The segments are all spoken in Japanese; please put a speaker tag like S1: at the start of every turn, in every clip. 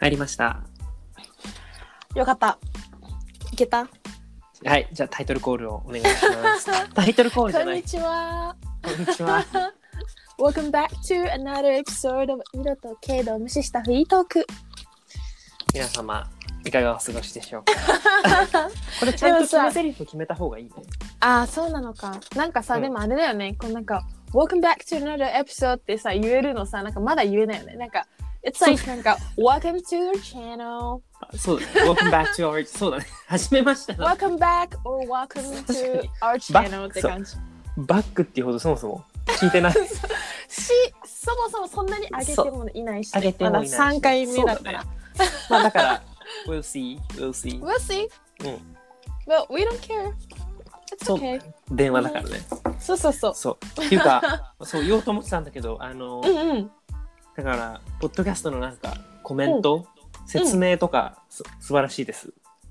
S1: 入りました。
S2: よかった。いけた。
S1: はい、じゃあタイトルコールをお願いし ます。タイトルコールじ
S2: こ
S1: ゃ
S2: ん
S1: な
S2: に
S1: い。
S2: ちは。
S1: こんにちは。
S2: Welcome back to another episode of 色と軽度を無視したフリートーク。
S1: 皆様、いかがお過ごしでしょうか。 これちゃんと決め台詞決めた方がいいね。
S2: ああ、そうなのか。なんかさ、
S1: うん
S2: でもあれだよね。こうなんか Welcome back to another episode ってさ言えるのさ、なんかまだ言えないよね。なんか It's like なんか Welcome to your channel,
S1: あそうだね。Welcome back to our そうだね。始めましたな。
S2: Welcome back or
S1: 確
S2: Welcome
S1: か
S2: to
S1: に
S2: our channel って
S1: そう
S2: 感じ。
S1: バックっていうほどそもそも聞い てない。
S2: し、そもそもそんなに上げてもいないし、
S1: 上げてもいないし
S2: まだ3回目だから。
S1: そまあだから、We'll see, we'll see。
S2: We'll see.
S1: うん
S2: But we don't care. It's
S1: そう
S2: okay.
S1: 電話だからね。
S2: そうそうそう。
S1: そう。っていうか、そう言おうと思ってたんだけど、あの、
S2: うんうん。
S1: だから、ポッドキャストのなんか、コメント、説明とか、す素晴らしいです。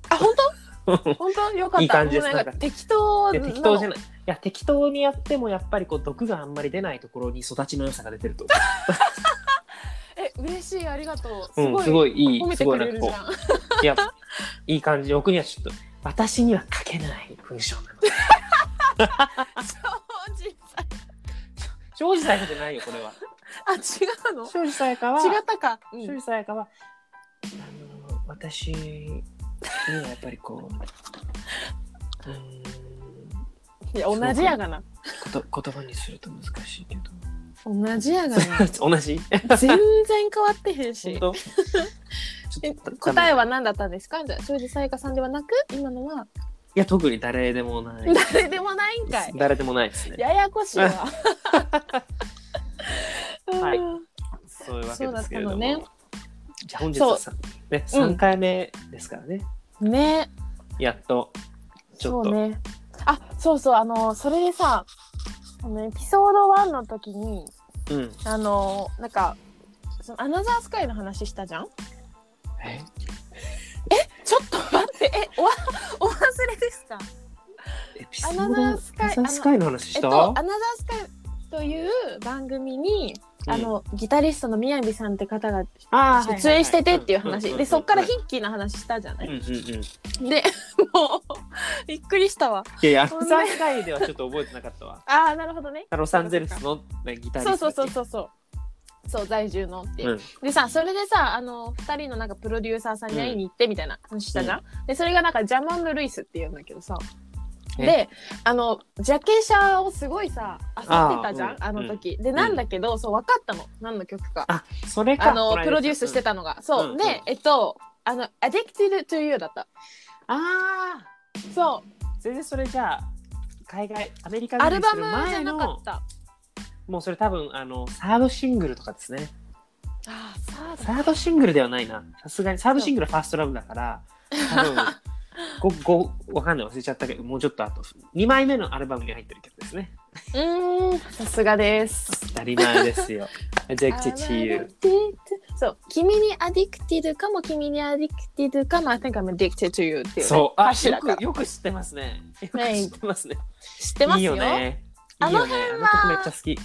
S2: あ、本 当本当よかった。
S1: いい感じです
S2: もうなん
S1: なん
S2: か
S1: か
S2: 適当
S1: で
S2: なの
S1: 適当じゃない。いや、適当にやっても、やっぱりこう、毒があんまり出ないところに育ちの良さが出てると。
S2: え、嬉しい、ありがとう。す
S1: うん、
S2: ごい。
S1: すごいいい、
S2: 褒め
S1: す
S2: てく
S1: ごいな
S2: れ
S1: んか
S2: るじ
S1: こ
S2: ゃん。
S1: う、 いや、いい感じ。僕にはちょっと、私には書けない文章なの。庄司さやかじゃないよ、これは。
S2: あ、違うの
S1: 庄司さやかは、
S2: 違ったか。うん
S1: 庄司さやかは、あの、私にはやっぱりこう、うーん
S2: いや、同じやがな。
S1: こと言葉にすると難し いけど。
S2: 同 じやがな。
S1: 同じ
S2: 全然変わってへんし。
S1: 当
S2: え答えは何だったんですかじゃあ、庄司さやかさんではなく、今のは。
S1: いや特に誰でもない
S2: 誰でもないんかい。
S1: 誰でもないですね
S2: ややこしいわ。
S1: はい
S2: うん
S1: そういうわけですけれども、
S2: そうだったのね
S1: じゃあ本日はさね三回目ですからね、
S2: ね
S1: やっとち
S2: そ
S1: ょっ
S2: う
S1: と、
S2: ねあそうそうあのそれでさあのエピソード1の時に
S1: うん
S2: あのなんかそのアナザースカイの話したじゃん
S1: え
S2: ちょっと待ってえおお忘れですか
S1: エピソード
S2: アナザースカイ
S1: アナザースカイの話
S2: え
S1: し、
S2: ったとアナザースカイという番組にあの、ギタリストの宮城さんって方が
S1: あー
S2: 出演しててっていう話、でそっからヒ
S1: う
S2: ッキーの話したじゃない、
S1: んうんうんい
S2: でもうびっくりしたわ
S1: やいやアナザースカイではちょっと覚えてなかった わ
S2: ああなるほどね
S1: ロサンゼルスの、ね、ギタリ
S2: そう
S1: スト
S2: そうそう
S1: う
S2: そうそうそう在住のっていう、
S1: うん
S2: でさそれでさあの2人のなんかプロデューサーさんに会いに行ってみたいな話したじゃん、でそれがなんかジャマンド・ルイスっていうんだけどさ
S1: え
S2: であのジャケ写をすごいさあってたじゃんあ,、
S1: あーうん
S2: の時、でなんだけど、そう分かったの何の曲か
S1: あそれか
S2: あのプロデュースして
S1: た、
S2: たのがそう、
S1: うん
S2: で
S1: うん
S2: えっとあの「Addicted to You」だった
S1: うんああ
S2: そ
S1: 全然それじゃあ海外アメリカ
S2: う
S1: デ
S2: ア
S1: ビュ
S2: ル
S1: ー
S2: バ
S1: する
S2: ムじ
S1: 前
S2: ゃなか
S1: の
S2: った
S1: もうそれ多分あのサードシングルとかですね
S2: あーそうだ
S1: サードシングルではないなさすがにサードシングルはファーストラブだから多分ごごわかんない忘れちゃったけどもうちょっとあと2枚目のアルバムに入ってる曲ですね
S2: うーんさすがです
S1: 当たり前です よ Addicted to You
S2: そう、君にアディクティドかも君にアディクティドかも、I think I'm addicted to you っていう、ね。
S1: そうあ
S2: 歌詞だ
S1: よ
S2: から
S1: くよく知ってますねよく
S2: ね
S1: 知ってますね
S2: 知ってます
S1: いい
S2: よ。
S1: よねい
S2: あ
S1: い
S2: の
S1: よ
S2: 辺
S1: ね
S2: は
S1: あの曲めっちゃ好き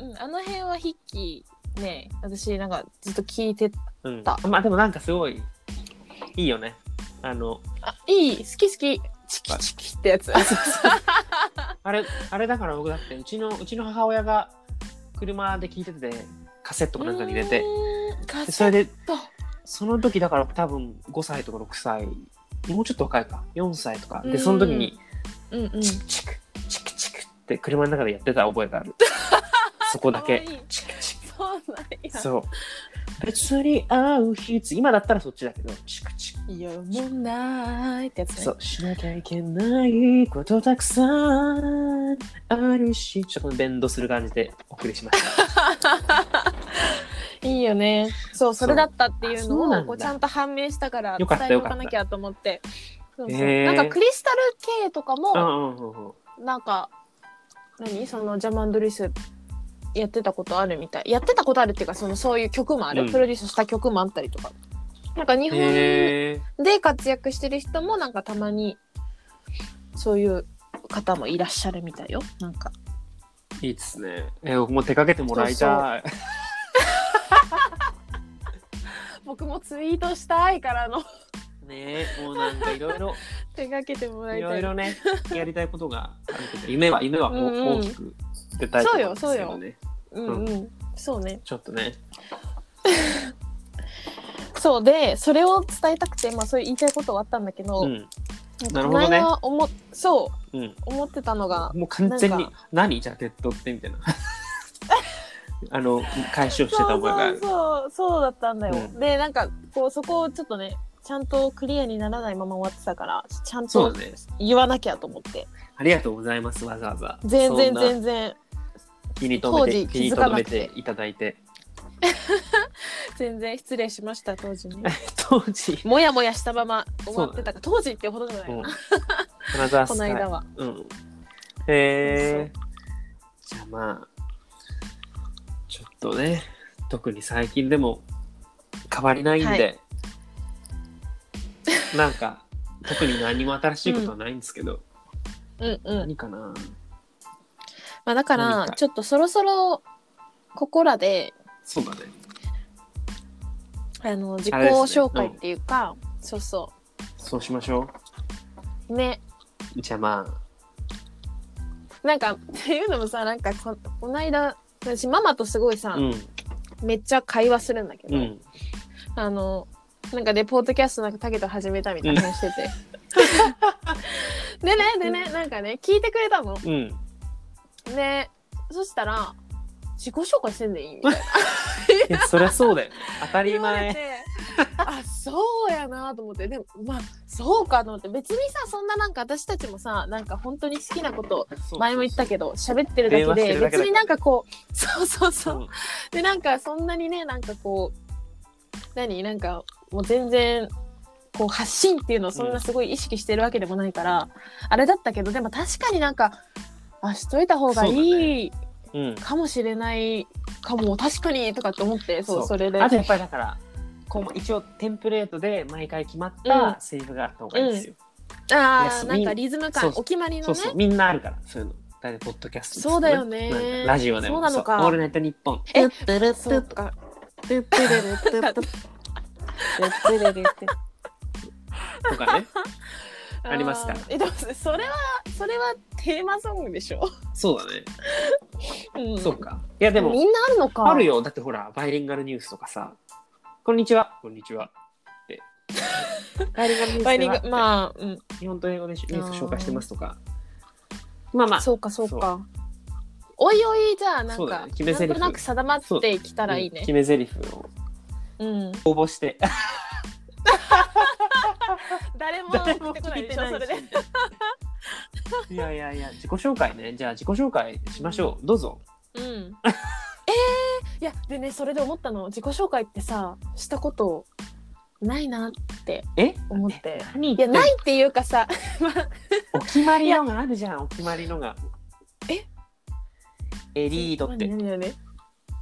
S2: うん、あの辺は筆記ね、私なんかずっと聞いて、
S1: うん
S2: だ
S1: まあでもなんかすごいいいよねあの
S2: あ、いい、好き好き、チキチキってやつ。
S1: あれ、あれだから僕だって、うちの、うちの母親が車で聞いてて、カセットかなんかに入れて、
S2: うーん。カ
S1: で
S2: セ
S1: それ
S2: ッ
S1: で、
S2: ト。
S1: その時だから多分5歳とか6歳、もうちょっと若いか、4歳とか。
S2: うん
S1: で、その時に、
S2: うんうん。
S1: チクチク、チクチクって車の中でやってた覚えがあ る。そこだけ
S2: 可愛い。
S1: チクチ
S2: そうなん
S1: ク。
S2: や。
S1: そう。別に会う日、今だったらそっちだけど、チクチク。
S2: いや、もんないってやつね。
S1: そう、しなきゃいけないことたくさんあるし、ちょっとベンドする感じでお送りしました。
S2: いいよね。そう、それだったっていう
S1: そうあそうな
S2: の
S1: ん
S2: を
S1: だ
S2: こうちゃんと判明したから
S1: よ
S2: 伝
S1: かった
S2: えておかなきゃと思って。そうそう
S1: へー
S2: なんかクリスタル系とか
S1: う
S2: も、
S1: んうんうんうん
S2: なんか、何そのジャマンドリスやってたことあるみたい。やってたことあるっていうか、そのそういう曲もあ
S1: う
S2: る。
S1: ん
S2: プロデュースした曲もあったりとか。なんか日本で
S1: へえ
S2: 活躍してる人もなんかたまにそういう方もいらっしゃるみたいよ。なんか。
S1: いいですね。えー、僕も手掛けてもらいたい。
S2: もう僕もツイートしたいからの
S1: ねえもうなんかい ろいろ
S2: 手がけてもらい
S1: い
S2: た
S1: ろ
S2: い
S1: いろねやりたいことがあるけど 夢は夢はこ
S2: う
S1: うん
S2: うん
S1: 大きく出たいと思うんです
S2: そう
S1: け
S2: よ
S1: ど
S2: そう
S1: ね
S2: うんうんそうね
S1: ちょっとね
S2: そうでそれを伝えたくてまあそういう言いたいことはあったんだけど、
S1: うん
S2: な
S1: なんるほど
S2: か
S1: ね
S2: この間思っそう
S1: うん
S2: 思ってたのが
S1: もう完全
S2: な
S1: に
S2: ん
S1: 「何ジャケットって」みたいな あの解消してた
S2: そう
S1: 覚えがあ
S2: そう
S1: る
S2: そうそうだったんだよ、
S1: うん
S2: でなんかこうそこをちょっとねちゃんとクリアにならないまま終わってたからちゃん
S1: そう
S2: と
S1: だね
S2: 言わなきゃと思って
S1: ありがとうございますわざわざ
S2: 全然
S1: そんな
S2: 全然
S1: 気に留め
S2: 当時
S1: て
S2: 気
S1: 気に
S2: づか
S1: 留
S2: な
S1: め
S2: くて
S1: ていただいて
S2: 全然失礼しました当時に
S1: 当 時
S2: もやもやしたまま終わってたから、当時ってほどでもないな、
S1: うん金沢
S2: こ
S1: ス
S2: の
S1: カイ
S2: 間は
S1: うん。へえじゃあまあ、ちょっとね、特に最近でも変わりないんで、
S2: は
S1: なんか、特に何も新しいことはないんですけ ど、
S2: うんうん
S1: 何かな
S2: まあだか
S1: 何
S2: ら
S1: か
S2: ちょっとそろそろここらで
S1: そうだね。
S2: あの自己
S1: あれですね
S2: 紹介っていうか、そうそ
S1: そうしましょ
S2: うね
S1: う。じゃあま
S2: なんかっていうのもさなんかここの間私ママとすごいさ
S1: あ、、うん、
S2: めっちゃ会話するんだけど、
S1: うん。
S2: あのなんかでポートキャストなんかタケと始めたみたいな話してて、でねでねなんかね聞いてくれたの
S1: うん、
S2: でそしたら自己紹介せんでいいみたいない
S1: やそりゃそう だよ当たり
S2: 言われ
S1: 前
S2: てあそうやなと思ってでもまあそうかと思って別にさそんななんか私たちもさなんか本当に好きなこと前も言った
S1: ど
S2: けど喋ってるだけ
S1: 電話して
S2: で
S1: るだけだ
S2: 別になんかこうそうそうそう、
S1: うん
S2: でなんかそんなにねなんかこう何なんかもう全然こう発信っていうのをそんなすごい意識してるわけでもないから、あれだったけどでも確かになんかあしといた方が
S1: そうだね
S2: いい
S1: うん
S2: かもしれないかも、確かにとかって思ってそう
S1: そう
S2: それで
S1: あとやっぱりだからこう一応テンプレートで毎回決まったセリフがあった方がいいですよ、いや
S2: ああ
S1: そう
S2: なんかリズム
S1: そ
S2: 感
S1: うそう
S2: お決まりの
S1: そ
S2: ね
S1: うそうみんなあるからそういうの大体ポッドキャスト
S2: そうだよね
S1: なんかラジオでも
S2: そうなのか
S1: オールナイトニッポン
S2: え
S1: トゥル
S2: そうか
S1: トゥトゥルトゥトゥトゥルトゥトゥルトゥと かねありますから
S2: ーえでもそれはそれはテーマソングでしょ、
S1: そうだね
S2: うん、
S1: そうかいやで
S2: み
S1: も
S2: んなあるのか
S1: あるよだってほらバイリンガルニュースとかさこんにちはこんにちはってバイリンガルニュースでは
S2: バイリングまあ、うん、
S1: 日本と英語でニュース紹介してますとかまあまあ
S2: そうかそうかおいおいじゃあな
S1: そ
S2: ん
S1: うだ
S2: か、
S1: ね決め台
S2: なん
S1: 詞
S2: となく定まってきたらいいね
S1: 決め台詞を
S2: うん
S1: 応募して
S2: 誰も
S1: 誰
S2: 送
S1: も
S2: ってこない
S1: 聞い
S2: で
S1: て
S2: しょ
S1: ない
S2: それで
S1: し。 いやいやいや、自己紹介ね。じゃあ自己紹介しましょう。どうぞ。
S2: うんえー、いやでねそれで思ったの自己紹介ってさしたことないなって
S1: え
S2: 思って
S1: 何
S2: いやないっていうかさまあ
S1: お決まりのがあるじゃん、お決まりのが。
S2: え
S1: エリードっ
S2: 何
S1: て。
S2: 何何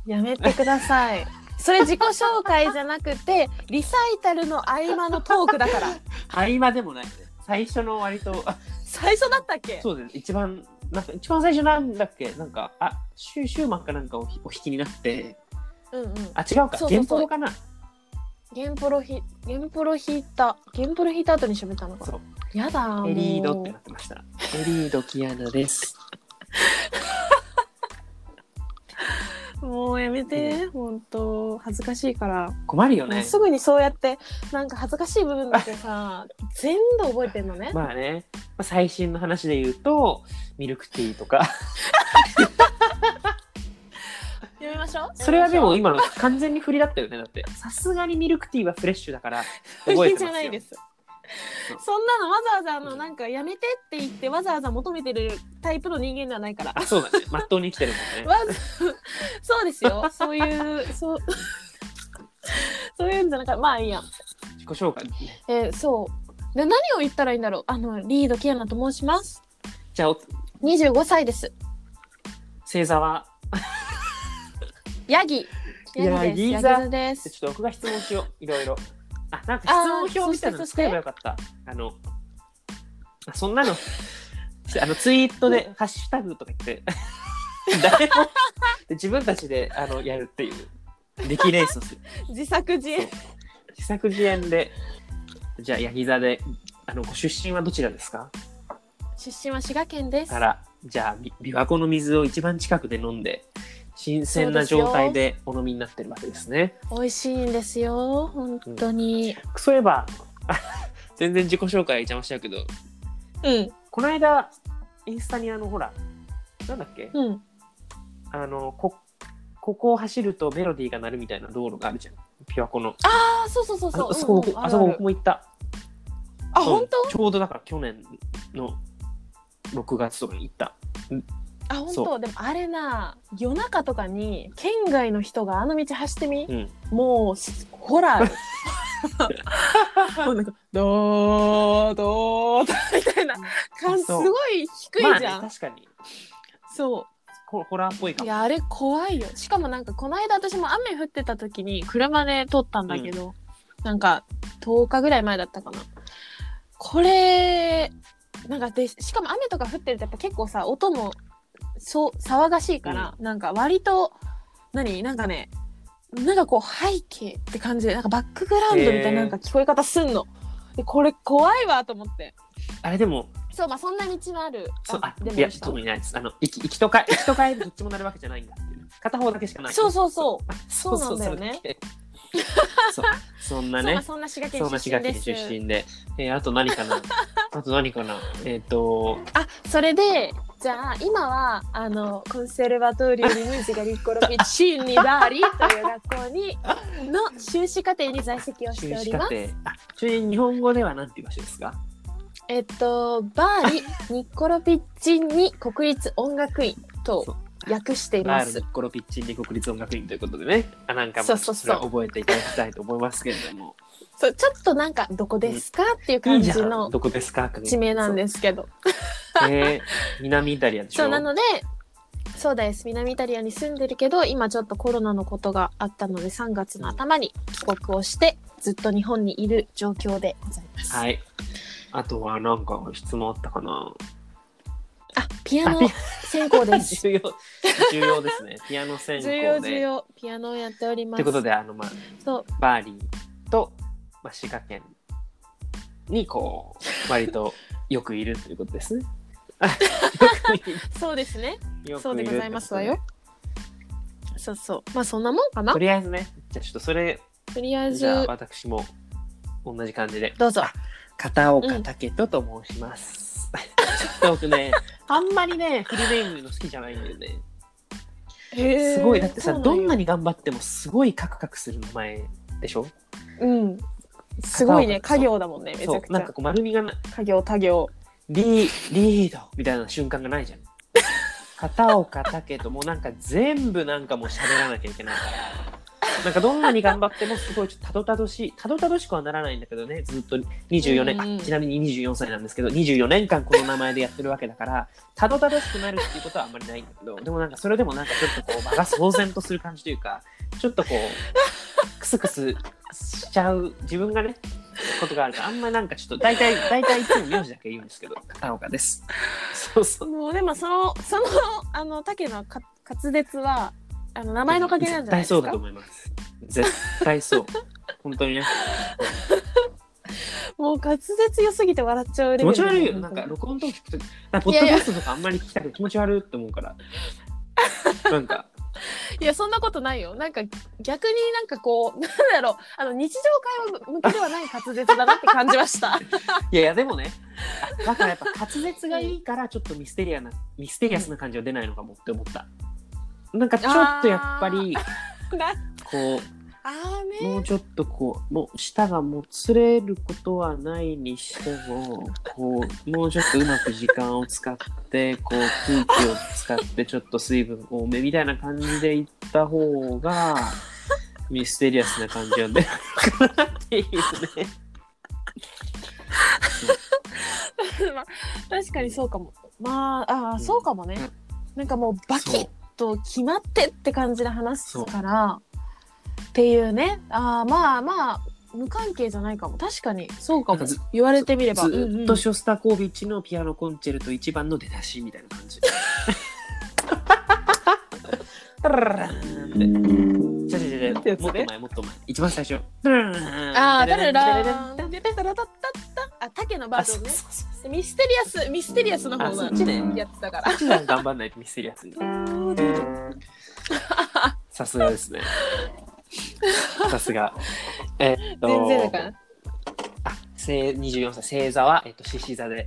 S2: やめてください。それ自己紹介じゃなくてリサイタルの合間のトークだから。
S1: 合間でもないね。最初の割と、あ
S2: 最初だったっけ？
S1: そうです。一番、なんか一番最初なんだっけなんか、あ、シューシューマンかなんかをお引きになって、
S2: うんうん。
S1: あ、違うか、
S2: そうそうそう
S1: 原稿かな。
S2: ゲンプロひゲンプロ引いたゲンプロ引いた後に喋ったのか。
S1: そう。
S2: やだもう。
S1: エリードってなってました。エリードキアナです。
S2: もうやめて本当恥ずかしいから。
S1: 困るよ
S2: もう
S1: ね。
S2: すぐにそうやってなんか恥ずかしい部分だけさ全部覚えてんのね。
S1: まあね、まあ最新の話で言うと、ミルクティーとか。
S2: やめましょう。
S1: それはでも
S2: や
S1: 今の完全に振りだったよね。だって、さすがにミルクティーはフレッシュだから、
S2: めましょ
S1: 覚えて
S2: う
S1: ますよ。
S2: じゃないです。
S1: そう
S2: そんなのわざわざあの
S1: うん
S2: なんかやめてって言ってわざわざ求めてるタイプの人間ではないから。
S1: あ、そうだね。まっとうに生きてるもん ね。
S2: わざそうですよ。そういうそう そういうんじゃなかった。まあいいや。
S1: 自己紹介、ね。
S2: えーそう。で何を言ったらいいんだろう。あのリードキアナと申します。
S1: じゃあ、お
S2: 二十五歳です。
S1: 星座は、
S2: ヤギ。ヤギです。
S1: ヤギ
S2: ヤギ
S1: 座
S2: 座で
S1: ちょ
S2: す
S1: っ。と僕が質問しよう。いろいろ。あ、なんか質問表みたいな
S2: あー
S1: の
S2: そして
S1: 作ればよかった。あの、あそんなの、 あのツイートでハッシュタグとか言って、 誰も、で自分たちであのやるっていう、歴レースをする。
S2: 自作自演。
S1: 自作自演で、じゃあ、ヤギ座で、あの、ご出身はどちらですか
S2: 出身は滋賀県です。
S1: から、じゃあ、び琵琶湖の水を一番近くで飲んで、新鮮な状態でお飲みになってるわけですね。
S2: 美味しいんですよ本当に
S1: そういえば、 あ全然自己紹介邪魔しちゃうけど、
S2: うん
S1: この間、インスタにあの、ほら、なんだっけ、
S2: うん
S1: あの、こ、ここを走るとメロディーが鳴るみたいな道路があるじゃん。琵琶湖の。
S2: ああそうそうそう
S1: あ
S2: そう
S1: そこ、
S2: うんうん
S1: あそこ
S2: る
S1: 僕も行った。
S2: あ
S1: うん
S2: 本
S1: ちょうどだから去年の6月とかに行った。
S2: 当あ本
S1: そ
S2: 当でもあれな夜中とかに県外の人があの道走ってみ
S1: うん。
S2: もうすホラ ーよもうなんかドードーみたいな感じす
S1: そう
S2: ごい低いじ
S1: ま
S2: ゃ
S1: あ
S2: ん、
S1: ね確かに。
S2: そ
S1: ホホラーっぽいうか
S2: い
S1: も。
S2: やあれ怖いよしかもなんかこの間私も雨降ってた時に車で撮ったんだけど、なんか10日ぐらい前だったかなこれなんかでしかも雨とか降ってるとやっぱ結構さ音もそう騒がしいから、なんか割と何なんかねなんかこう背景って感じでなんかバックグラウンドみたいな
S1: へ
S2: な
S1: ー
S2: んか聞こえ方すんの、でこれ怖いわと思って
S1: あれでも、
S2: そうまあそんな道のある
S1: そうあ
S2: でも
S1: いや、
S2: した
S1: 特にないです。あの、行き行きとか、行きと帰りどっちもなるわけじゃないんだってい う。片方だけしかない。
S2: そうそうそう
S1: あ
S2: そうなんだよね。
S1: そうそうそんな
S2: そうまあ
S1: ね。
S2: そんな滋賀県
S1: そんな滋
S2: 出
S1: 賀
S2: 身で
S1: 県
S2: す
S1: 出身で。えーあと何か なあと何かなえっ、と、
S2: あそれでじゃあ今はあのコンセルバトーリオにミュージカリコロピッチーニダーリという学校に の修士課程に在籍をしてお
S1: 修士
S2: り
S1: 課
S2: ま
S1: 程
S2: す。。
S1: あ、ちなみに日本語ではなんていう場所ですか
S2: えっとバーリニッコロピッチーニ国立音楽院と
S1: そう
S2: 訳していま
S1: バール
S2: す
S1: ニ。ッコロピッチンで国立音楽院ということでね、あなんかも
S2: そうそうそう
S1: れは覚えていただきたいと思いますけれども、
S2: そうちょっとなんかどこですかってい
S1: い
S2: う
S1: い
S2: 感
S1: じ
S2: じ
S1: ゃん、
S2: の
S1: どこですか国
S2: 地名なんですけど。
S1: そうえー南イタリアでしょ
S2: そうなのでそうです南イタリアに住んでるけど今ちょっとコロナのことがあったので3月の頭に帰国をしてずっと日本にいる状況でございます、
S1: はい。あとはなんか質問あったかな
S2: あピアノ
S1: あ
S2: 専攻です
S1: 重要、重要です ね。ピアノ専攻
S2: 重
S1: で。
S2: 要重要ピアノをやっております
S1: ということで、あの、まあ、
S2: そう
S1: バーリーと、まあ、滋賀県に、こう、割とよくいるということですね。あよくいる
S2: そうですね
S1: よくいる
S2: そうでございますわよそうそうまあそんなもんかな
S1: とりあえずね、じゃあちょっとそれ、
S2: とりあえ
S1: じゃあ
S2: ず
S1: 私も同じ感じで。
S2: どうぞ
S1: あ片岡
S2: うん
S1: 武人と申し ます。 ちょっと僕ね、あんまりね、フルネームの好きじゃないんだよね。すごい、だってさ、どんな
S2: に
S1: に頑張ってもすごいカクカクする名前でしょ
S2: うんすごいね
S1: 片岡
S2: 家業だもんねめち
S1: そ
S2: ゃ
S1: う
S2: く、ち
S1: なん
S2: ゃ
S1: かこう丸みがな
S2: 家業他業
S1: リー、リードみたいな瞬間がない じゃん。片岡武人もうなんか全部なんかもう喋らなきゃいけないから。なんかどんなに頑張ってもすごいちょっとたどたどしいたどたどしくはならないんだけどねずっと24年、
S2: うんうん
S1: あちなみに24歳なんですけど24年間この名前でやってるわけだからたどたどしくなるっていうことはあんまりないんだけどでもなんかそれでもなんかちょっとこう場が騒然とする感じというかちょっとこうクスクスしちゃう自分がねことがあるからあんまりなんかちょっと大体大体いつも名字だけ言うんですけど片岡ですそうそう
S2: もうでもそのそのあの竹のか滑舌はあの名前のおかげなんじゃないで
S1: 絶対そ
S2: すか。
S1: うだと思います絶対そう本当に ね
S2: もう滑舌良すぎて笑っちゃうレベ
S1: 気
S2: ル。
S1: 持ち悪いよなんか録音とか聞くとなんかポッドキャストとかあんまり聞きたくて気持ち悪いって思うからなんか
S2: いやそんなことないよ。なんか逆になんかこうなんだろうあの日常会話向けではない滑舌だなって感じました。
S1: いやいやでもねあだからやっぱ滑舌がいいからちょっとミステリアなミステリアスな感じは出ないのかもって思ったなんかちょっとやっぱり
S2: な
S1: こう
S2: あーね。
S1: もうちょっとこう、もう舌がもつれることはないにしても、こう、もうちょっとうまく時間を使って、こう、空気を使って、ちょっと水分多めみたいな感じでいった方が、ミステリアスな感じは出るかなっていうね。
S2: 確かにそうかも。まああーそうかもね
S1: うん。
S2: なんかもうバキ
S1: そう
S2: ッと決まってって感じで話すからっていうね。あーまあまあ無関係じゃないかも。確かにそうか
S1: な
S2: も
S1: んかず。
S2: 言われてみれば。
S1: ず
S2: うんう
S1: っ
S2: ん
S1: とショスタコービッチのピアノコンチェルト一番の出だしみたいな感じ。タラララーンって。じゃじゃじゃじゃって
S2: や
S1: も
S2: つ
S1: っと
S2: ね。
S1: 前もっと前一番最初あ
S2: あー、タルラ
S1: あ
S2: ーン。で、タラタッタッタ。あ、竹のバージョン
S1: そう
S2: ね。
S1: そうそう
S2: でミステリアス、ミステリアスの方
S1: あそ
S2: が
S1: っちね
S2: やってたから
S1: こ。っちが頑張んないとミステリアスにさすがですねさすがえっと
S2: 全然だから。
S1: あせい24歳星座はえっと獅子座で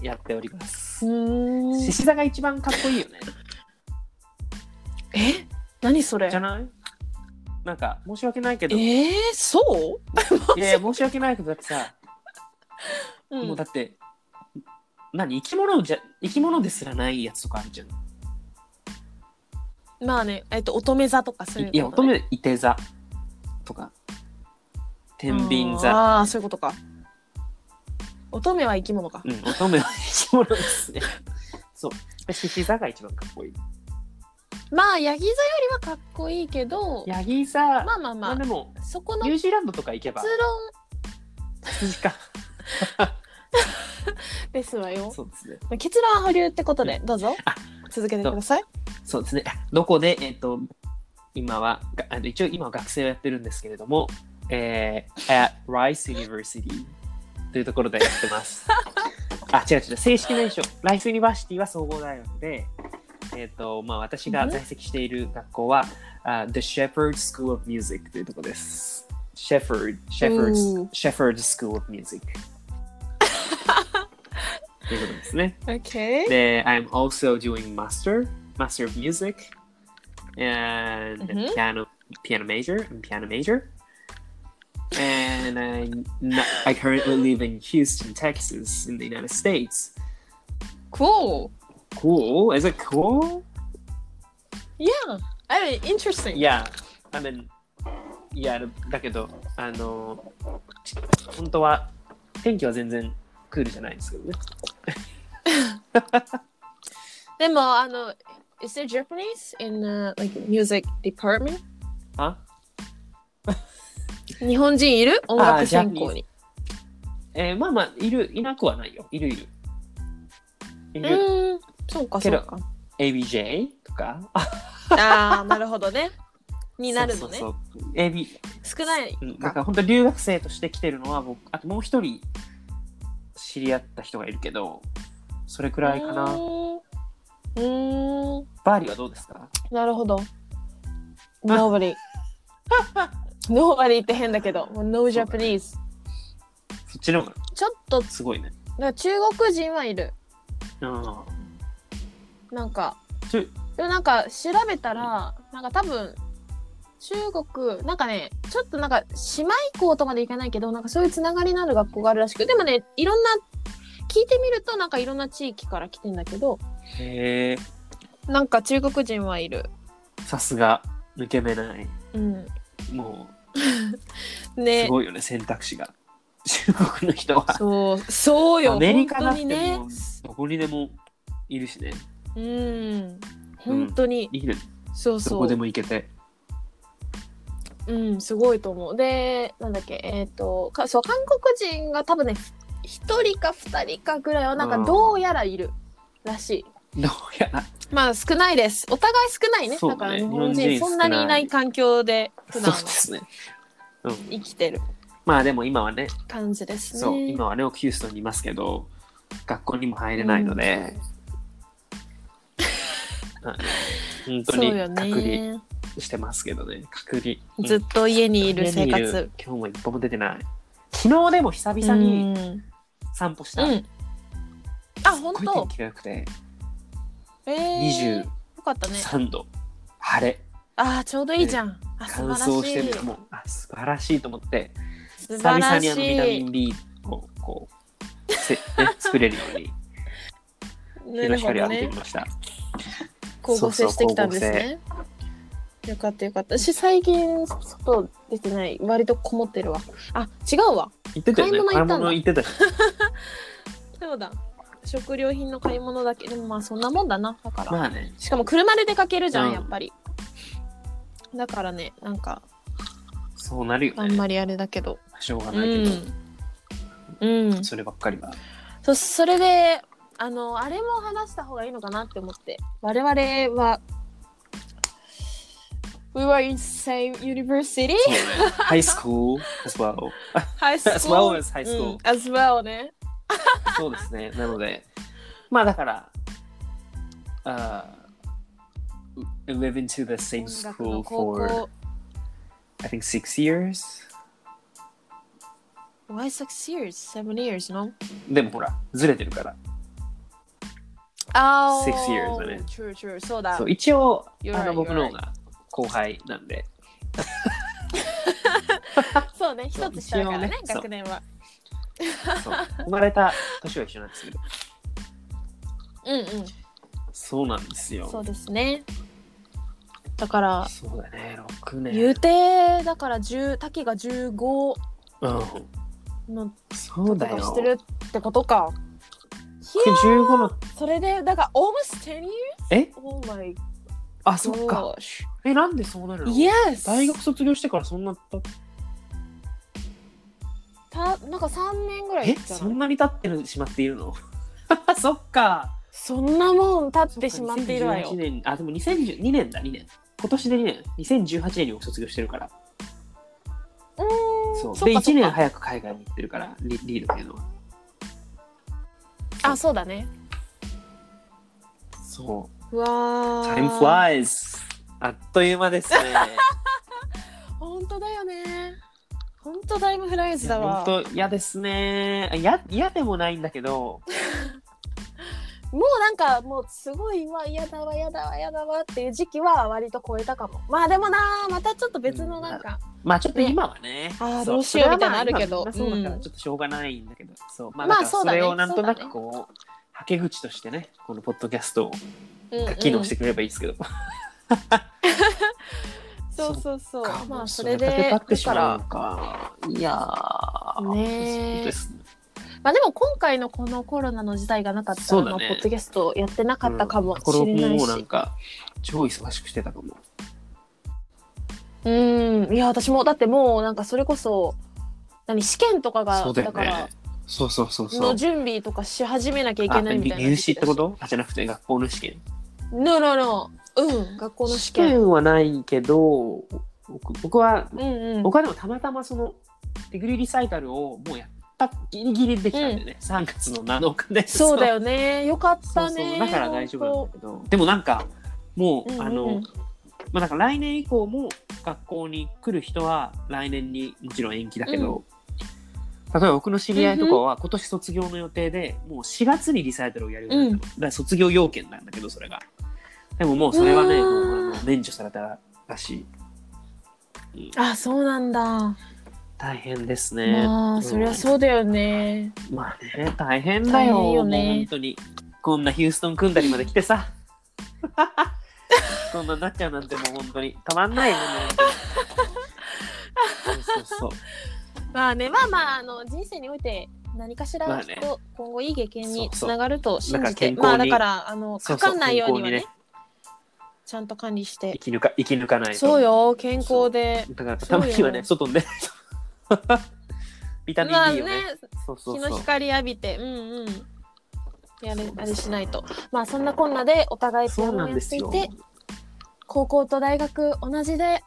S1: やっております獅子座が一番かっこいいよね
S2: え何それ
S1: じゃないなんか申し訳ないけ
S2: え
S1: どい
S2: ー、そ
S1: やいや申し訳ないけどだってさ
S2: う、う
S1: もうんだ、って何生き物じゃ生き物ですらないやつとかあるじゃん
S2: まあね、えっと、乙女座とかそういう
S1: いや
S2: こと
S1: 乙
S2: ね、
S1: 女いて座とか天秤座
S2: あーあー、そういうことか。乙女は生き物か。
S1: うん乙女は生き物ですね そうで獅子座が一番かっこいい
S2: まあ、ヤギ座よりはかっこいいけど、
S1: ヤギ座
S2: まあまあま
S1: ま
S2: あ
S1: あ、でも
S2: そこの
S1: ニュージ
S2: 結
S1: ーランドとか行けば
S2: 論
S1: 羊か
S2: ですわよ。
S1: そうですね
S2: 結論は保留ってことで、どうぞ
S1: あ、
S2: 続けてください。
S1: そうですねどこでえっ、と今はがあの一応今は学生をやってるんですけれどもえー、at Rice University というところでやってます。あ、違う違う、正式名称。ライスユニバーシティは総合大学で、えっ、と、まあ私が在籍している学校は、あ The Shepherd School of Music というところです。Shepherd、
S2: う
S1: Shepherd's,
S2: ん
S1: Shepherd School of Music。ということですね。
S2: OK。
S1: で、I'm also doing master, master of music, and
S2: Mhm.
S1: piano, piano major, and piano major. And I, n- I currently live in Houston, Texas, in the United States.
S2: Cool.
S1: Cool. Is it cool?
S2: Yeah. I mean, interesting.
S1: Yeah. I mean, yeah. だけど、あの、ち本当は天気は全然クールじゃないんですけどね。
S2: でも、あの、is there Japanese in、uh, like music department?
S1: あ
S2: 日本人いる音楽専攻に。
S1: えーまあまあ、いる、いなくはないよ。いるいる。いうる。
S2: ーん、そうか、
S1: け
S2: そ
S1: ど
S2: うか。
S1: ABJ とか。
S2: ああ、なるほどね。になるのね。
S1: そうそうそう AB
S2: 少ない
S1: うんだか
S2: か。
S1: ら本当留学生として来てるのは僕あともう一人知り合った人がいるけどそれくらいか
S2: う
S1: な
S2: ーんうーん、
S1: バーリーはどうですか
S2: なるほど。Nobody。Nobody って変だけど、もう No
S1: そうだ
S2: Japanese。
S1: そっちの方が
S2: ちょっと、だか
S1: すごいね
S2: ら中国人はいる。
S1: あ
S2: なんか、
S1: あちょ
S2: でもなんか調べたら、なんか多分、中国、なんかね、ちょっとなんか姉妹校とまでいかないけど、なんかそういうつながりのある学校があるらしく、でもね、いろんな、聞いてみるとなんかいろんな地域から来てんだけど、
S1: へえ
S2: なんか中国人はいる。
S1: さすが抜け目ない
S2: うん。
S1: もう
S2: ね
S1: す。ごいよね選択肢が中国の人は
S2: そう、そうよ。
S1: アメリカだっ
S2: 本当
S1: て
S2: にね
S1: もう。どこにでもいるしね
S2: うん。本当に、
S1: いいね
S2: そう
S1: ど
S2: そ
S1: こで
S2: う。
S1: も行けて
S2: うん、すごいと思う。で、なんだっけ、えっ、と、かそう、韓国人が多分ね、一人か二人かぐらいは、なん
S1: う
S2: か
S1: ん
S2: どうやらいるらしい。
S1: どうやら
S2: まあ少ないです。お互い少ないね。
S1: そう
S2: だ
S1: ね
S2: から日本
S1: 日本
S2: 人
S1: 人少
S2: そ
S1: ない
S2: んなにいない環境で
S1: そ
S2: 普
S1: うで
S2: 段は
S1: すね
S2: 生きてる
S1: まあでも今はね
S2: 感じですね。
S1: そう、今はね、オキューストンにいますけど、学校にも入れないので、あの本当
S2: そう
S1: に
S2: よ
S1: 隔離
S2: ね。
S1: してますけどね、隔離。
S2: ずっと家
S1: と
S2: にいる生活。
S1: 今日も一歩も出てない。昨日でも久々に
S2: うん
S1: 散歩した。
S2: う
S1: すっ
S2: ん。あ、本
S1: ごい天
S2: 当。
S1: 気が良くて、
S2: ええ。よ
S1: 23
S2: かったね。
S1: 度、晴れ、
S2: あー、ちょうどいいじゃん。あ、素
S1: 乾
S2: 晴
S1: 燥して
S2: らしい
S1: る。もうあ素晴らしいと思って、
S2: 素
S1: 久
S2: 晴
S1: 々
S2: ら
S1: にあ
S2: し
S1: のビタミ
S2: い
S1: ン。B をこう、せね、作れるように、 日の
S2: なるほ
S1: 光を浴
S2: ど
S1: びて
S2: ね
S1: み。ました。
S2: 光合成してきたんです
S1: そう
S2: ね。よかったよかった。私最近外出てない。割とこもってるわ。あ、違うわ。
S1: 行ってたよね。
S2: 買い物行ったんだ
S1: 買い行ってたし
S2: そうだ。食料品の買い物だけ。でもまあそんなもんだな。だから。
S1: まあね、
S2: しかも車で出かけるじゃん、
S1: うん
S2: やっぱり。だからね、なんか、
S1: そうなるよ
S2: あ
S1: ね。
S2: んまりあれだけど。
S1: しょうが
S2: う
S1: ないけど、
S2: ん。うん。
S1: そればっかりは。
S2: そそれで、あの、あれも話した方がいいのかなって思って。我々は、 We were in same
S1: そう
S2: university
S1: ね high school as well
S2: high school
S1: as well as high school
S2: うん、as well ね
S1: そうですね。なので、まあだから、あー we live into the same
S2: 音楽
S1: school
S2: の高
S1: for
S2: 校
S1: I think six years。
S2: Why six years? Seven years, no?
S1: でもほら、ずれてるから。
S2: Oh,
S1: Six years だね
S2: True, true. そうだ。
S1: そう一応、
S2: You're
S1: あ
S2: right,
S1: の
S2: you're
S1: 僕の方が後輩なん で、
S2: そうね。一つ下だからね、
S1: 一応ね
S2: 学年は。
S1: そう生まれた年は一緒なんですけど、
S2: うんうん。
S1: そうなんですよ。
S2: そ
S1: そうう
S2: ですね。だから、
S1: だね、6
S2: 言う
S1: 年。
S2: て、だから10、滝が15
S1: うん、
S2: の
S1: そうだ
S2: と
S1: よ
S2: か。してるってことか。いや
S1: 15の、
S2: それで、だから、almost 10 years?
S1: え
S2: Oh my
S1: あ、そっか。
S2: gosh.
S1: え、なんでそうなるの
S2: Yes!
S1: 大学卒業してからそんな経った
S2: なんか3年ぐらい
S1: え
S2: じゃない
S1: そんなに経ってるしまっている のそっか
S2: そんなもん立ってしまっているわよ
S1: 2018。年あでも2012年だ2年今年で2年2018年に僕卒業してるから
S2: うーん
S1: そう
S2: そっ
S1: で
S2: かそっ
S1: 1
S2: か
S1: 年早く海外に行ってるからリリードっていうのは
S2: あ、そうだね。
S1: そう
S2: うわー。
S1: time flies あっという間ですね
S2: 本当だよね。本当だいぶフライズだわ。も
S1: 本当嫌ですねいや嫌でもないんだけど
S2: うなんかもうすごいわ嫌だわ嫌だわ嫌だわっていう時期は割と超えたかも。まあでもなまたちょっと別のなんか、
S1: まあちょっと今はね
S2: あー
S1: そ
S2: どうしよう
S1: それはま
S2: みたいなのあるけど
S1: 今みんなそうだか
S2: う
S1: ら
S2: ん
S1: ちょっとしょうがないんだけど、そうまあだ
S2: まあ
S1: から
S2: そう
S1: そ
S2: だね
S1: れをなんとなくこうはけ口としてねこのポッドキャスト
S2: うんう
S1: が
S2: ん
S1: 機能してくれればいいですけど、
S2: そうそうそう。
S1: か
S2: ま
S1: も
S2: あ
S1: う
S2: それ
S1: だけ
S2: で
S1: 経
S2: だ
S1: ってし
S2: か
S1: まう
S2: ら
S1: のかいやー
S2: ねー
S1: そうですね
S2: まあでも今回のこのコロナの時代がなかった
S1: そ
S2: ら、
S1: うだね
S2: まあポッドキャストやってなかったかもし
S1: うん
S2: れない
S1: これもうなん
S2: し。
S1: か超忙しくしてたかも
S2: うん、いや私もだってもうなんかそれこそ何試験とかが
S1: そうだよね
S2: から
S1: そうそうそうそ
S2: の
S1: う
S2: 準備とかし始めなきゃい
S1: あ
S2: けないみたいな
S1: 入試ってことあじゃなくて学校の試験
S2: No, no, no. うん、学校の試験。
S1: はないけど僕僕は
S2: うんうん。
S1: 僕はでもたまたまそのデグリリサイタルをもうやったギリギリできたんだよね、3月の7日で
S2: そうだ
S1: よ
S2: よね。よかったね。
S1: だから大丈夫なんだけどでもなんかもう、
S2: うんうんうん
S1: あのまあなんか来年以降も学校に来る人は来年にもちろん延期だけど、例えば僕の知り合いとかは今年卒業の予定でもう4月にリサイタルをやるようになったの、だから卒業要件なんだけどそれがでももうそれはねも
S2: うわ
S1: う
S2: ー
S1: あの免除されたらしい
S2: あ、そうなんだ。
S1: 大変ですねう
S2: まあ、
S1: ん
S2: そりゃそうだよね。
S1: まあね、大変だよ。
S2: 大変よね
S1: もう本当に。こんなヒューストン組んだりまで来てさ。 こんなになっちゃうなんてもう本当にたまんないよね。本当にそうそうそう。
S2: まあね、まあまあ、あの人生において。何かしら、
S1: まあね
S2: こう今後いい経験
S1: そ
S2: に
S1: う
S2: つ
S1: そう
S2: ながると信じて
S1: だ
S2: ま
S1: から健康に
S2: あだからあの
S1: そ
S2: か
S1: うそう
S2: かんないようにはね
S1: 健
S2: ちゃんと管理し
S1: 生
S2: て
S1: き抜か生き抜かないと。
S2: そう。よ健康で
S1: だからたまにはね、外 に出ないと。ビタミ
S2: まあ
S1: ン D
S2: ね
S1: よね。そうそう
S2: 日
S1: そ
S2: の
S1: う。
S2: 光浴びてうんうんやれあれしないとまあそんなこんなでお互いピ
S1: そ
S2: ア
S1: う
S2: ノ
S1: な
S2: をや
S1: んで
S2: って
S1: す
S2: い
S1: よ。
S2: て高校と大学同じで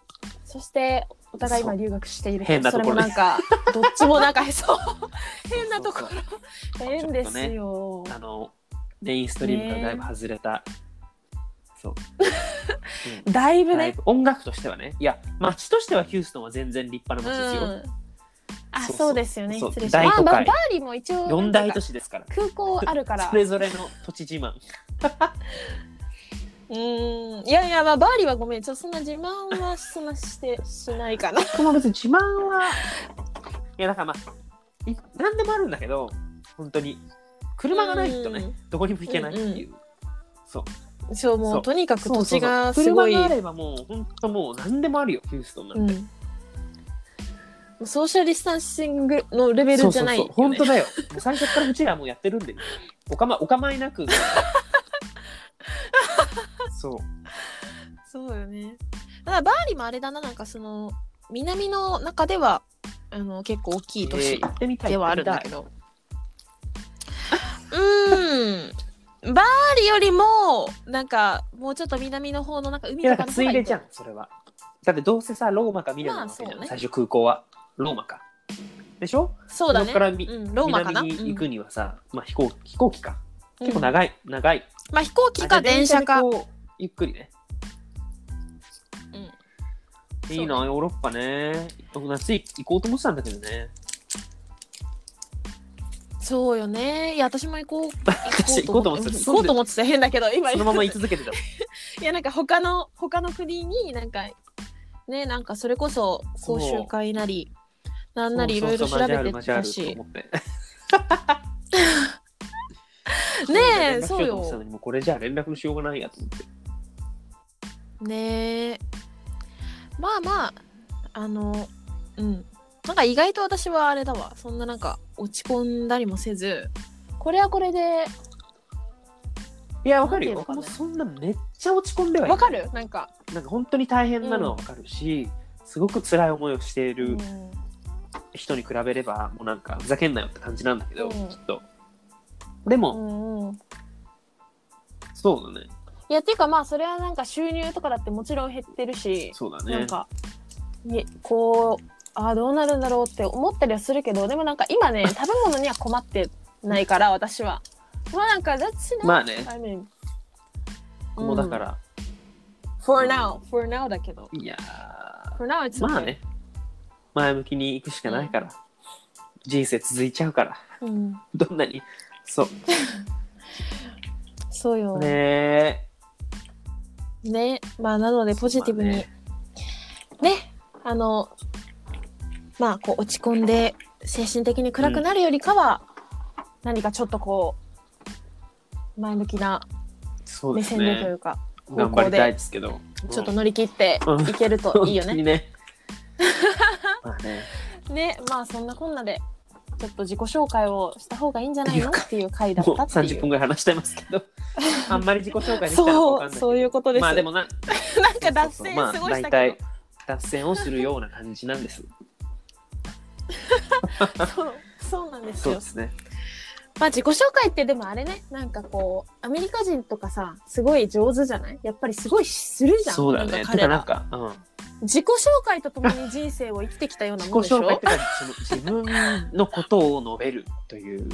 S2: そしてお互い今
S1: そう
S2: 留学している
S1: 変なところ
S2: それもなんかどっちもな んかへそう変なところ
S1: そうそう
S2: 変ですよ、
S1: あの、メインストリームからだいぶ外れた。そう。うん
S2: だいぶ
S1: ライ
S2: ね
S1: ブ音楽としてはねいや街としてはヒューストンは全然立派
S2: う
S1: な街ですよ、
S2: んあ
S1: そうそう
S2: そうですよね
S1: そう
S2: 失礼しまし
S1: 大
S2: た、
S1: 都
S2: まあ、バ
S1: 会
S2: バーリーも一応
S1: 四大都市ですから
S2: 空港あるから
S1: それぞれの土地自慢
S2: うんいやいやまあバーリーはごめんちょっとそんな自慢はそんなしてしないかな
S1: 僕も別に自慢はいやだからまあい何でもあるんだけど本当に車がないとね、どこにも行けないっていう、そう
S2: そうも
S1: そうう
S2: とにかく
S1: そうそうそう
S2: 土地がすごい
S1: 車があればもう本当もう何でもあるよヒューストンなんて、
S2: うん、ソーシャルディスタンシングのレベ
S1: そ
S2: ル
S1: うそ
S2: じゃ
S1: う
S2: ない
S1: そう本当だよもう最初からうちらもうやってるんでおかまお構いな くそう
S2: そうよねだからバーリーもあれだななんかその南の中ではあの結構大きい都
S1: え
S2: 市
S1: ー行ってみたい
S2: ではあるんだけど、うーんパリよりもなんかもうちょっと南の方のなんか海
S1: いや
S2: と
S1: だ
S2: か
S1: からつ
S2: の方が
S1: い
S2: いい
S1: でじゃんそれはだってどうせさローマかミラノなわけじゃん、
S2: まあそうね
S1: 最初空港はローマかでしょ
S2: そうだね
S1: ここからみ
S2: うん、ローマかな、
S1: 南に行
S2: う
S1: く
S2: ん
S1: にはさ、まあ飛行飛行機か結構
S2: うん
S1: 長い、長い
S2: まあ飛行機か電車か
S1: あじゃあでこうゆっくりね、いいな、ヨーロッパね夏行こうと思ってたんだけどね
S2: そうよねいや私も行こう
S1: 私行こうと思ってた
S2: 行こうと思ってた変だけど今
S1: そのまま居続けてたもん
S2: いやなんか他の他の国になんかねなんかそれこそ講習会なりなんなりいろいろ調べてたし
S1: そうそうそうマジあるマジあると思って
S2: ね
S1: 連
S2: え
S1: 絡し
S2: そ
S1: よ
S2: う
S1: と思ってたの
S2: よ
S1: にもうこれじゃあ連絡のしようがないやと思って
S2: ねえまあまああのうんなんか意外と私はあれだわそんななんか落ち込んだりもせずこれはこれで
S1: いやわかるよ
S2: なんていうのかな
S1: 僕もそんなめっちゃ落ち込んではいない
S2: わかるなんか、
S1: なんか本当に大変なのはわかるし、すごく辛い思いをしていうる
S2: ん
S1: 人に比べればもうなんかふざけんなよって感じなんだけど、
S2: うん
S1: ちょっとで
S2: う
S1: も、
S2: んうん、
S1: そうだね
S2: いやっていうかまあそれはなんか収入とかだってもちろん減ってるし
S1: そうだ
S2: なん
S1: ね
S2: か、ね、こうあーどうなるんだろうって思ったりはするけどでもなんか 今ね食べ物には困ってないから私はまあなんか that's not
S1: まあね
S2: I mean
S1: 僕もだから、
S2: for now for now だけど
S1: いやー
S2: for now it's okay
S1: まあね、前向きに行くしかないから、人生続いちゃうから、
S2: うん、
S1: どんなに。そう。
S2: そうよね
S1: ね
S2: まあなのでポジティブに
S1: まあ
S2: ねあのまあこう落ち込んで精神的に暗くなるよりかは、何かちょっとこう前向きな
S1: そう
S2: 目
S1: です
S2: 線でとい
S1: ね。
S2: うか
S1: 頑張りたいですけど。
S2: ちょっと
S1: うん
S2: 乗り切っていけるといいよ
S1: 本当
S2: ね
S1: に。 ね。まあね。
S2: ねまあそんなこんなでちょっと自己紹介をした方がいいんじゃないのっていう回だっ
S1: もう
S2: たってい
S1: 30分
S2: う。
S1: ぐらい話してますけ ど、あんまり自己紹介できたらわかんない
S2: そう
S1: けど。
S2: そういうことです。
S1: まあでもな、
S2: なんか脱線
S1: そうそうそ
S2: す
S1: う
S2: ごい
S1: まあ
S2: した
S1: 大体
S2: け
S1: 脱線をするような感じなんです。
S2: ど、そうそうなんです
S1: そう
S2: よ
S1: で。すね。
S2: まあ自己紹介ってでもあれねなんかこうアメリカ人とかさすごい上手じゃないやっぱりすごいするじゃん。
S1: そうだね。
S2: なんか
S1: て
S2: 彼
S1: かなん
S2: ら
S1: か、うん。
S2: 自己紹介とともに人生を生きてきたような
S1: 自己
S2: もんでしょ。
S1: 紹介ってかその自分のことを述べるという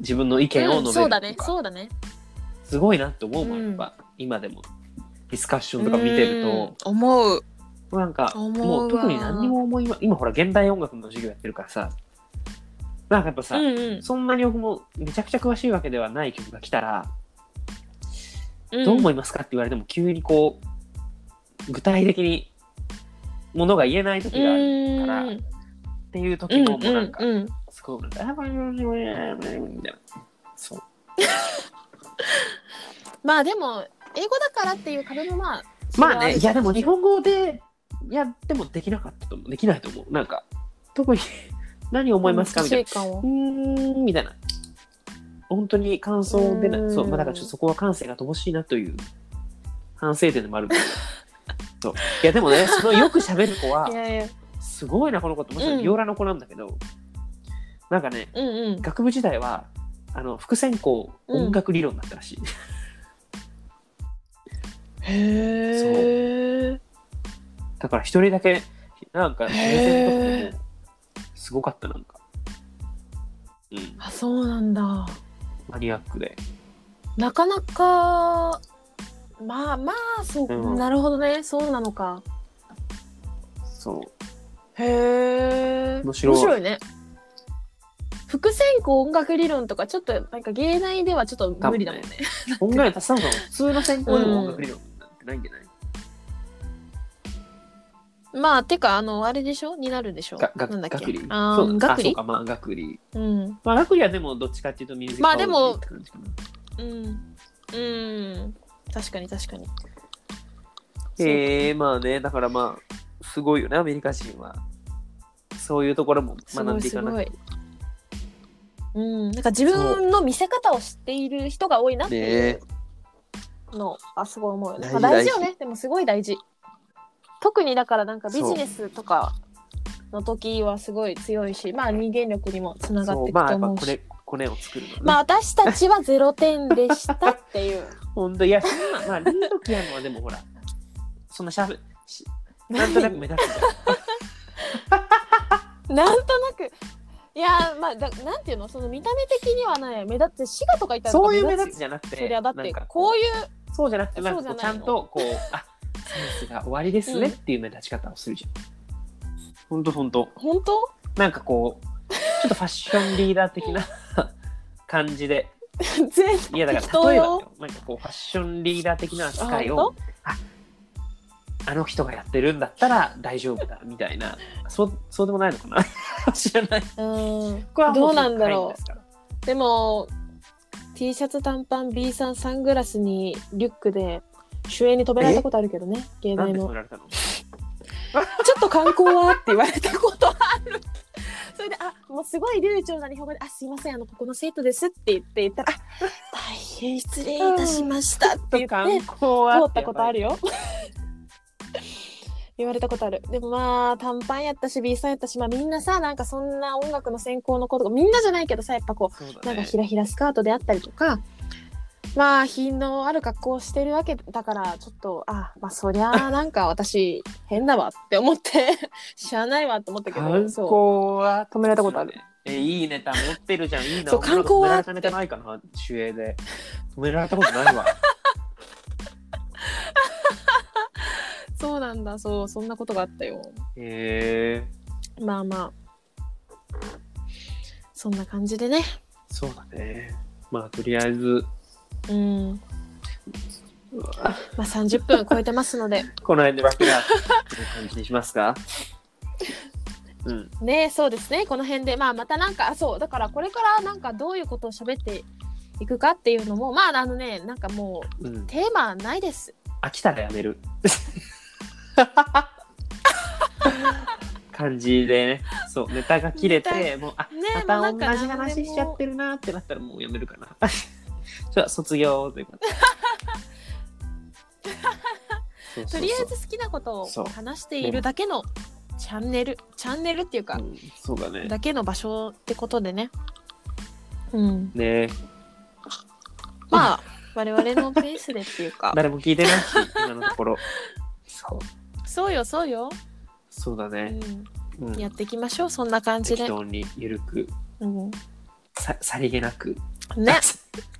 S1: 自分の意見を
S2: うん、
S1: 述べ
S2: そ
S1: る
S2: うだ
S1: と
S2: ね
S1: か、
S2: そうだね。
S1: すごいなって思うもん、
S2: うん
S1: やっぱ今でもディスカッションとか見てると
S2: うん思う。
S1: なんか
S2: 思うわ
S1: もう特に何にも思いま今ほら現代音楽の授業やってるからさなんかやっぱ
S2: う
S1: さ、
S2: んうん
S1: そんなに僕もめちゃくちゃ詳しいわけではない曲が来たら、
S2: うん。
S1: どう思いますかって言われても急にこう具体的にものが言えない時があるから
S2: うん
S1: っていう
S2: う
S1: 時
S2: ん
S1: ももうなんか
S2: うんうん
S1: すごいなんかあみたいなそう
S2: まあでも英語だからっていう壁もまあ
S1: まあね、いやでも日
S2: 本
S1: 本語でやってもできなかったと思う。できないと思う。なんか、特に何思いますかみたいな。うーん、みたいな。本当に感想出な
S2: うー
S1: い。
S2: ん
S1: そう、まあだからちょっとそこは感性が乏しいなという反省点で もあるんだけど。そう。いやでもね、そのよく喋る子は
S2: い、やいや
S1: すごいな、この子って。もちろ
S2: うん
S1: んビオラの子なんだけど、なんかね、
S2: うんうん
S1: 学部時代は、あの、副専攻音楽理論だったらしい。
S2: へえ
S1: だから一人だけなんかプレゼントとかもすごかったなんか、うん、
S2: あそうなんだ
S1: マニアックで
S2: なかなかまあまあそう、
S1: うん
S2: なるほどねそうなのか
S1: そう
S2: へえ
S1: 面白い
S2: ね副専攻音楽理論とかちょっとなんか芸大ではちょっと無理だもんね
S1: 音楽たさんは普通の専攻でも音楽理論なんてないんじゃない、
S2: まあてかあのあれでしょになるんでしょ
S1: がが
S2: なんだっ
S1: 学
S2: け
S1: 理
S2: あ
S1: そう
S2: ー
S1: だあ
S2: 学
S1: そう
S2: 理
S1: かまあ学理
S2: うん
S1: まあ学理はでもどっちかっていうとミュージック
S2: まあでも
S1: パロディって感じかな
S2: うん、うん、確かに確かに。
S1: えー、まあねだからまあすごいよねアメリカ人はそういうところも学んでいかない
S2: すごいうん、なんか自分の見せ方を知っている人が多いなっていうのはすごい思うよね。
S1: 大
S2: まあ、
S1: 事
S2: 大事よね。でもすごい大事。特にだからなんかビジネスとかの時はすごい強いし、まあ人間力にもつながっ
S1: そ
S2: て
S1: う
S2: いく
S1: まあ
S2: と
S1: やっぱ
S2: 思う
S1: こ
S2: し。
S1: れコネを作るのね。
S2: まあ私たちはゼロ点でしたって いう。
S1: 本当いやそんなまあリードキアンはでもほらそんなしゃべしなんとなく目立つじゃん。
S2: なんとなく。いやーまあだなんていうのその見た目的にはね目立って滋賀とかいたら
S1: そういう目立
S2: つ
S1: つじゃなくて、
S2: そりゃだっ
S1: なん
S2: て
S1: か
S2: こういう
S1: うそうじゃなくてなんかこ
S2: そう
S1: う
S2: じ
S1: ち
S2: ゃな
S1: ゃ
S2: いの
S1: んとこうあセンスが終わりですねっ
S2: うん
S1: ていう目立ち方をするじゃん。本当本当
S2: 本当
S1: なんかこうちょっとファッションリーダー的な感じで
S2: 全然
S1: いやだ
S2: 適
S1: か
S2: 当
S1: ら例えば
S2: よ
S1: よなんかこうファッションリーダー的な扱い
S2: あ本
S1: をああの人がやってるんだったら大丈夫だみたいなそうそうでもないのかな 知らない。
S2: うん
S1: これはも
S2: どう
S1: う
S2: なんだ
S1: 社会人
S2: ろ
S1: ですから
S2: うでも T シャツ短パン B さんサングラスにリュックで主演に止められたことあるけどね芸
S1: なん
S2: 大
S1: で
S2: の
S1: 取られたの
S2: ちょっと観光はって言われたことある。 それで、あ、もうすごい流暢な日本語で、あ、すいません、あの、ここの生徒ですって言って言ったら、あ、大変失礼いたしましたって言
S1: と観
S2: って、通
S1: 光は
S2: ったことあるよ。 言われたことある。でもまあ、短パンやったし、B さんやったし、まあみんなさ、なんかそんな音楽の専攻の子とか、みんなじゃないけどさ、やっぱこう、
S1: そうだね
S2: なんかひらひらスカートであったりとか、まあ品のある格好をしてるわけだからちょっとあまあそりゃあなんか私変だわって思って しゃあないわって思ったけ
S1: 観
S2: ど
S1: 光
S2: そ
S1: は
S2: 止められたことある。
S1: え、いいネタ持ってるじゃん。いいな。
S2: そう観光は
S1: 俺なんか止められたネタないかな、主演で。止められたことないわ。
S2: うそうなんだそうそんなことがあったよ
S1: へえ
S2: まあまあそんな感じでね
S1: そうだね。まあ、とりあえず、
S2: うんまあ30分超えてますので
S1: この辺でバックヤーっていう感じにしますか。うん。
S2: ねそうですねこの辺でまあまたなんかあそうだからこれからなんかどういうことを喋っていくかっていうのもまああのねなんかもう
S1: うん。
S2: テーマないです
S1: 飽きたらやめる。感じでね。そう、ネタが切れ
S2: ネ
S1: て、もう、あ
S2: ね
S1: ま
S2: も
S1: た同
S2: うなんか
S1: じ話しちゃってるなーってなったらもうやめるかな。 じゃあ卒業 ということで。そうそうそ
S2: と
S1: う
S2: りあえず好きなことを
S1: そう
S2: 話しているだけのチャンネルチャンネルっていうか、
S1: うんそうだね。
S2: だけの場所ってことでね、うん、
S1: ね
S2: まあ我々のペースでってい うか
S1: 誰も聞いてないし、今のところ。そう
S2: そうよそうよ、
S1: そうだね。う
S2: うん、
S1: ん
S2: やっていきましょうそんな感じ
S1: 適
S2: で、
S1: 当にゆるく、
S2: うん、
S1: ささりげなく、
S2: ね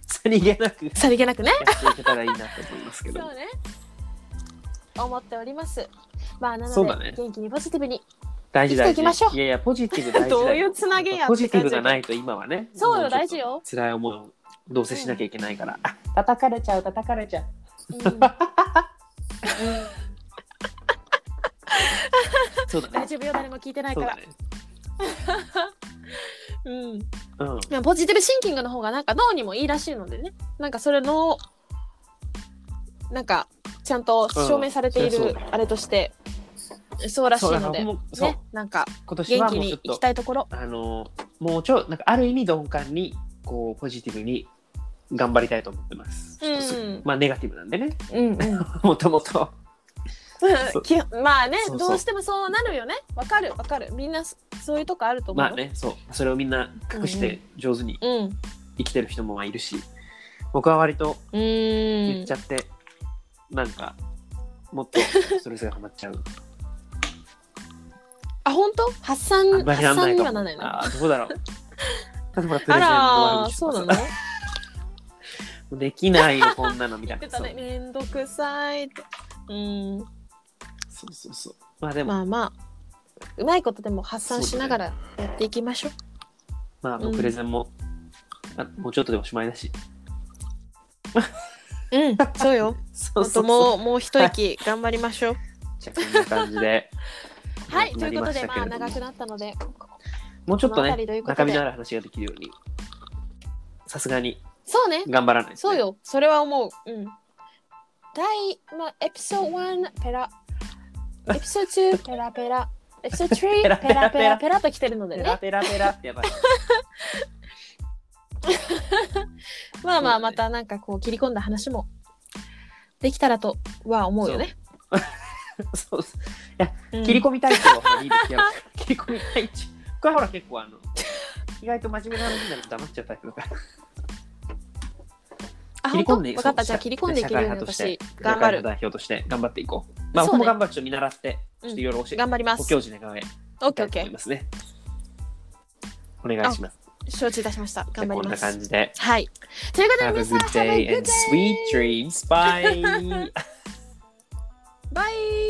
S1: さりげなくや
S2: さりげなくね
S1: っていけたらいいなと思いますけど。
S2: そうね思っておりますまあな
S1: そう
S2: の
S1: だ
S2: で、
S1: ね
S2: 元気にポジティブに
S1: 大事大
S2: 生きていきましょう
S1: 事。いやいや、ポジティブ大事だよ
S2: どういうつなげやって感じ
S1: ポジティブがないと今はね。
S2: そうよ
S1: もちょっと
S2: 大事よ
S1: 辛い思いをどうせしなきゃいけないから。あ叩かれちゃう、叩かれちゃう。
S2: うん
S1: そうだね。
S2: 大丈夫よ誰も聞いてない
S1: そ
S2: か
S1: う
S2: ら
S1: だね。
S2: うん
S1: うん。
S2: まあポジティブシンキングの方がなんか脳にもいいらしいのでねなんかそれのなんかちゃんと証明されてい
S1: うんそりゃ
S2: る
S1: そう
S2: あれとしてそうらしい
S1: そうだ
S2: の
S1: から
S2: で
S1: 僕もそう
S2: ねなんか
S1: 今年
S2: 元
S1: は
S2: 気
S1: もう
S2: に
S1: ちょ
S2: 行
S1: っ
S2: き
S1: と、
S2: たいところ
S1: あのー、もうちょ、なんかある意味鈍感に、こう、ポジティブに頑張りたいと思ってます。
S2: うん
S1: まあ、ネガティブなんでね。
S2: うんうん
S1: もともと。そう
S2: きまあね
S1: そうそう
S2: どうしてもそうなるよねわかるわかるみんなそそういうとこあると思う
S1: ま
S2: よ
S1: あね、そう。それをみんな隠して上手に
S2: うん
S1: 生きてる人もいるし、僕は割と、
S2: う
S1: 言っ
S2: ー
S1: ち
S2: ん
S1: ゃって、なんかもっとストレスが溜まっちゃう
S2: あ本当発散
S1: あんま
S2: 発
S1: りなんな
S2: 散
S1: い
S2: に
S1: か
S2: は
S1: も
S2: ならないの
S1: あーどう だろう例えばプレゼンの悪
S2: あら
S1: 口
S2: そ
S1: とかさ
S2: うなの
S1: できないよこんなのみた い
S2: 言っ
S1: な
S2: てたねめんどくさいってうん
S1: そうそうそうそうまあでも、
S2: まあまあうまいことでも発散しながらやっていきましょう。
S1: まあ、あ
S2: う
S1: と
S2: ん
S1: プレゼンも、あもうちょっとでおしまいだし
S2: ううん、 そうよ。
S1: そ
S2: ほ
S1: うん
S2: ともうもう一息頑張りましょう。
S1: じゃあこんな感じで
S2: はい、と
S1: な
S2: いう
S1: り
S2: ことで
S1: したけ
S2: まあ
S1: れども
S2: 長くなったので、
S1: もうちょっと
S2: この辺
S1: ね
S2: りということ
S1: 中
S2: で
S1: 身のある話ができるようにさすがに
S2: そうね、
S1: 頑張らないとね
S2: そうよ、それは思う。うん。第まあエピソード1 ペラ、エピソード2ペラペラ、エピソード3 ペ
S1: ペ
S2: ラ
S1: ラ
S2: ペ
S1: ペ
S2: ラ
S1: ラ
S2: ペラペラと来てるので
S1: ペラ
S2: ね。
S1: ペラペラ ってやばいそ
S2: まあまあ
S1: うだ
S2: ま
S1: ね
S2: たなんかこう切り込んだ話もできたらとは思うよね。
S1: そうそう
S2: う ん
S1: 切り込み隊長はほらいいですよ。切り込み隊長。これはほら結構あの、意外と真面目な話になると黙っちゃうタイプだから。
S2: あ
S1: 切り込んで
S2: 分かった
S1: そう
S2: じゃあ切り込んでいけるように
S1: 社会派として
S2: 私頑張
S1: 社会派
S2: る
S1: 代表として頑張っていこう。まあ、
S2: そう
S1: 僕
S2: ね
S1: も頑張るちょっと見習って、ちょっといろいろ教えて、
S2: 頑張りま
S1: ご
S2: す
S1: 教授の側へ。
S2: オッケーオッ
S1: と
S2: ケ
S1: 思いますね。お願いします。
S2: ー承知いたしました
S1: じゃあ
S2: 頑張
S1: こん
S2: り
S1: な
S2: ます
S1: 感じで。
S2: はいということ
S1: Have
S2: で
S1: a
S2: 皆さん
S1: good
S2: Have a
S1: day
S2: good
S1: and sweet
S2: day
S1: dreams. Bye!
S2: Bye